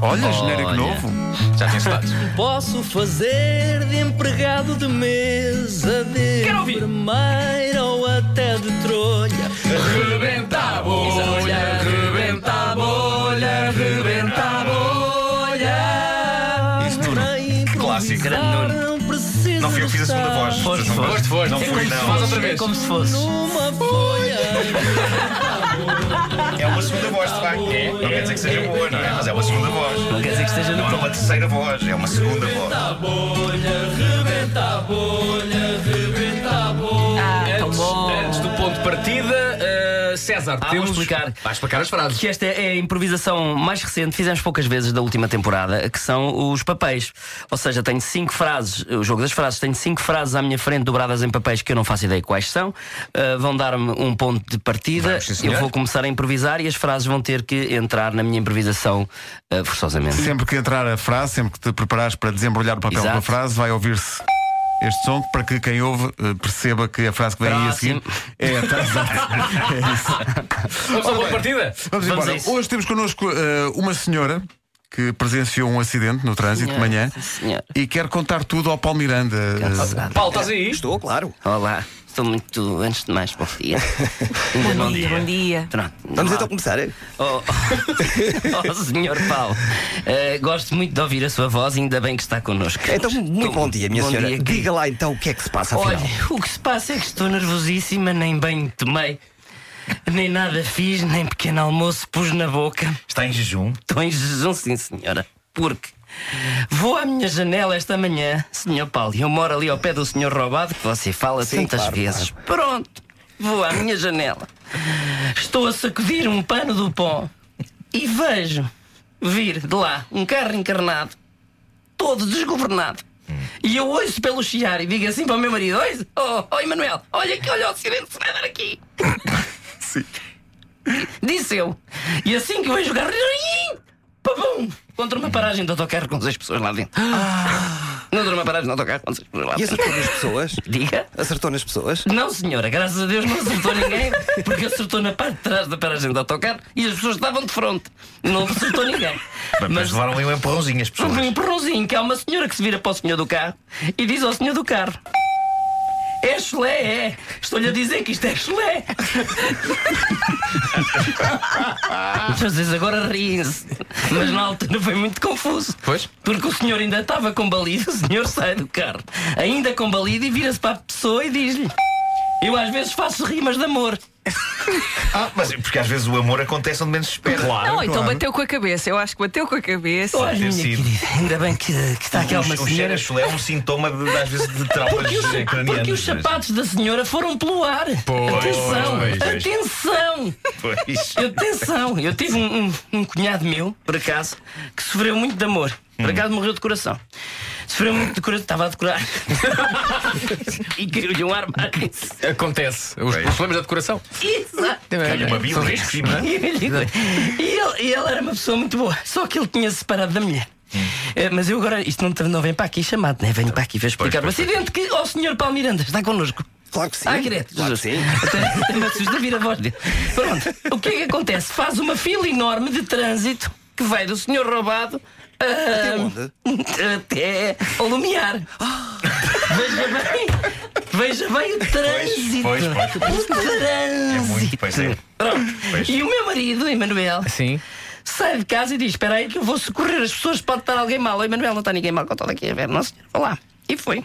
Olha, genérico Olha. novo. Já tem saudades. Posso fazer de empregado de mesa, de Quero ouvir. enfermeira ou até de trolha. Rebenta a bolha, rebenta a bolha, rebenta a bolha. Isso, Nuno. Para improvisar, Clássico. Grande Não precisa Não fui eu que fiz a segunda estar voz. Foste, Não foste, fui. foste. Não É fui, como se não. fosse. outra vez. É como se fosse. Numa folha. É uma segunda voz, de facto. Não quer dizer que seja boa, não é? Mas é uma segunda voz. Não quer dizer que esteja Não no é top. uma terceira voz, é uma segunda voz. Tá Antes, bom. antes do ponto de partida, eh, César, Ah, vou temos. explicar. Vai explicar as frases. Que esta é a improvisação mais recente, fizemos poucas vezes da última temporada, que são os papéis. Ou seja, tenho cinco frases, o jogo das frases, tenho cinco frases à minha frente dobradas em papéis que eu não faço ideia quais são, Ah, vão dar-me um ponto de partida, Vamos, sim, senhor. eu vou começar a improvisar e as frases vão ter que entrar na minha improvisação ah, forçosamente. Sempre que entrar a frase, sempre que te preparares para desembrulhar o papel Exato. da frase, vai ouvir-se este som para que quem ouve eh, perceba que a frase que vem aí a seguir é a frase. é isso. Vamos ao ponto de partida? Vamos, Vamos a embora. isso. Hoje temos connosco eh, uma senhora que presenciou um acidente no trânsito de manhã Sim, senhora. e quer contar tudo ao Paulo Miranda. Eh, Paulo, estás aí? Estou, claro. Olá, estou muito, antes de mais, bom dia. Ainda não- Bom dia, bom dia. Pronto, Vamos lá. então começar. eh? Oh, oh, senhor Paulo, eh, gosto muito de ouvir a sua voz e ainda bem que está connosco. Então, muito Estou- bom dia, minha bom senhora. dia, Diga lá então o que é que se passa Olha, afinal. o que se passa é que estou nervosíssima, nem bem tomei, nem nada fiz, nem pequeno almoço pus na boca. Está em jejum. Estou em jejum, sim, senhora. Porque vou à minha janela esta manhã, senhor Paulo, e eu moro ali ao pé do senhor roubado que você fala Sim, tantas claro, vezes. Pronto, vou à minha janela. Estou a sacudir um pano do pó e vejo vir de lá um carro encarnado, todo desgovernado. E eu ouço pelo chiar e digo assim para o meu marido: Oi, oh, oh Emanuel, olha aqui, olha o acidente que se vai dar aqui. Disse eu. E assim que vejo o carro. ih, Pabum! Contra uma paragem de autocarro com seis pessoas lá dentro. Contra uma paragem de autocarro com seis pessoas lá E assim dentro. acertou nas pessoas? Diga. Acertou nas pessoas? Não, senhora, graças a Deus não acertou ninguém, porque acertou na parte de trás da paragem de autocarro e as pessoas estavam de frente. Não acertou ninguém. Mas levaram ali um empurrãozinho as pessoas. Um empurrãozinho, que há uma senhora que se vira para o senhor do carro e diz ao senhor do carro: É chulé, é. Estou-lhe a dizer que isto é chulé. Às vezes agora riem-se, mas na altura foi muito confuso. Pois. Porque o senhor ainda estava combalido, o senhor sai do carro, ainda combalido, e vira-se para a pessoa e diz-lhe: Eu às vezes faço rimas de amor. Ah, mas é porque às vezes o amor acontece onde menos se espera. Claro. Não, então bateu com a cabeça. Eu acho que bateu com a cabeça. Então, Olha, ter minha sido. querida, ainda bem que, que está aqui alguma O, o cheiro senhora. a chulé é um sintoma, de, às vezes, de traumas Porque, os- cranianos. porque os sapatos da senhora foram pelo ar. atenção, pois, pois. atenção, Pois. atenção. Eu tive um, um- um cunhado meu, por acaso, que sofreu muito de amor. Hum. Por acaso morreu de coração. Sofreu muito de coração, estava a decorar. e criou-lhe um armário. Acontece. Os, Pois. os problemas da decoração. Exato. Olha uma bíblia em cima. E ele, e ele- e ele era uma pessoa muito boa, só que ele tinha se separado da mulher. Hum. Eh, Mas eu agora, isto não, te- não vem para aqui chamado, né? venho para aqui, vou explicar o acidente que ao senhor Paulo Miranda está connosco. Claro que sim. Ah, direto. Claro que sim. Até, até me assusta vir a voz dele. Pronto, o que é que acontece? Faz uma fila enorme de trânsito que vai do senhor roubado até, onde? até ao Lumiar. Veja bem, veja bem o trânsito. pois, O trânsito. É muito, pois é. Pronto. Pois. E o meu marido, Emanuel, Sim. sai de casa e diz: Espera aí, que eu vou socorrer as pessoas, pode estar alguém mal. O Emanuel não está ninguém mal, contado aqui a ver, não senhor, vou lá. E foi.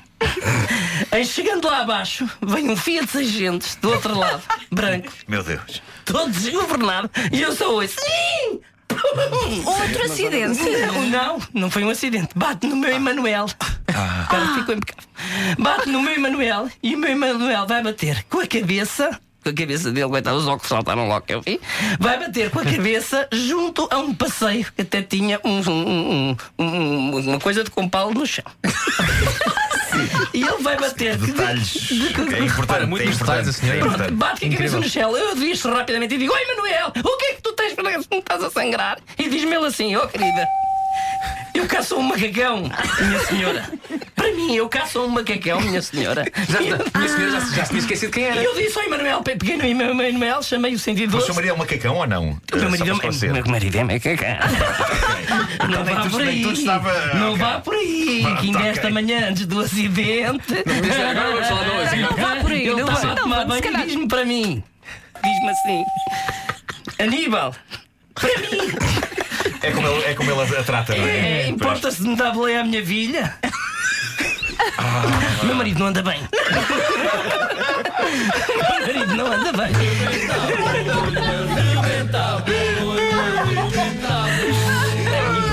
em chegando lá abaixo, vem um Fiat 600 do outro lado, branco, Meu Deus. todo desgovernado, e eu sou ouço. "Sim!" Outro acidente. Não, não, não foi um acidente. Bate no meu Emanuel. O cara ficou impecável. Bate no meu Emanuel e o meu Emanuel vai bater com a cabeça. Com a cabeça dele, coitado, os óculos saltaram logo que eu vi. Vai bater com a cabeça junto a um passeio que até tinha um- um- um- um- uma coisa de compalo no chão. E ele vai bater. Detalhes. É importante. Repara, muito é nos detalhes, importante. a senhora. é Pronto, importante. bate com a cabeça Incrível. no chão. Eu disse rapidamente e digo: Oi, Manuel, o que é que tu tens para que me estás a sangrar? E diz-me ele assim: Oh, querida, Eu cá sou um macacão, minha senhora. Para mim, eu cá sou um macacão, minha senhora. Já, E- está- minha senhora já, se- já se tinha esquecido quem E era. eu disse ao Emanuel, pe- peguei no Ema- Emanuel, chamei o sentido O doce. seu marido é um macacão ou não? O meu Eh, marido é só para o esclarecer. meu marido é macacão. Não nem vá tudo- por nem aí. tudo estava- Não ok. vá por aí. Vá, Que ainda tá, esta ok. manhã, antes do acidente. Podia ser agora, vamos falar não, assim. Não vá por aí, Ele não estava vá. a Não tomar vá, se banho e calhar. diz-me para mim. Diz-me assim: Aníbal, para mim, É como ele, é como ele a trata, não é? é, importa-se de me dar boleia à minha filha? Meu marido não anda bem. Meu marido não anda bem.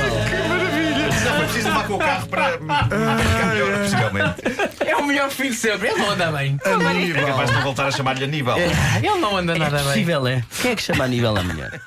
Foi preciso levar com o carro para para ficar melhor, possivelmente. É o melhor filho de sempre. Ele não anda bem. É capaz de não voltar a chamar-lhe Aníbal. Ele não anda É nada bem. possível, é? Quem é que chama Aníbal amanhã?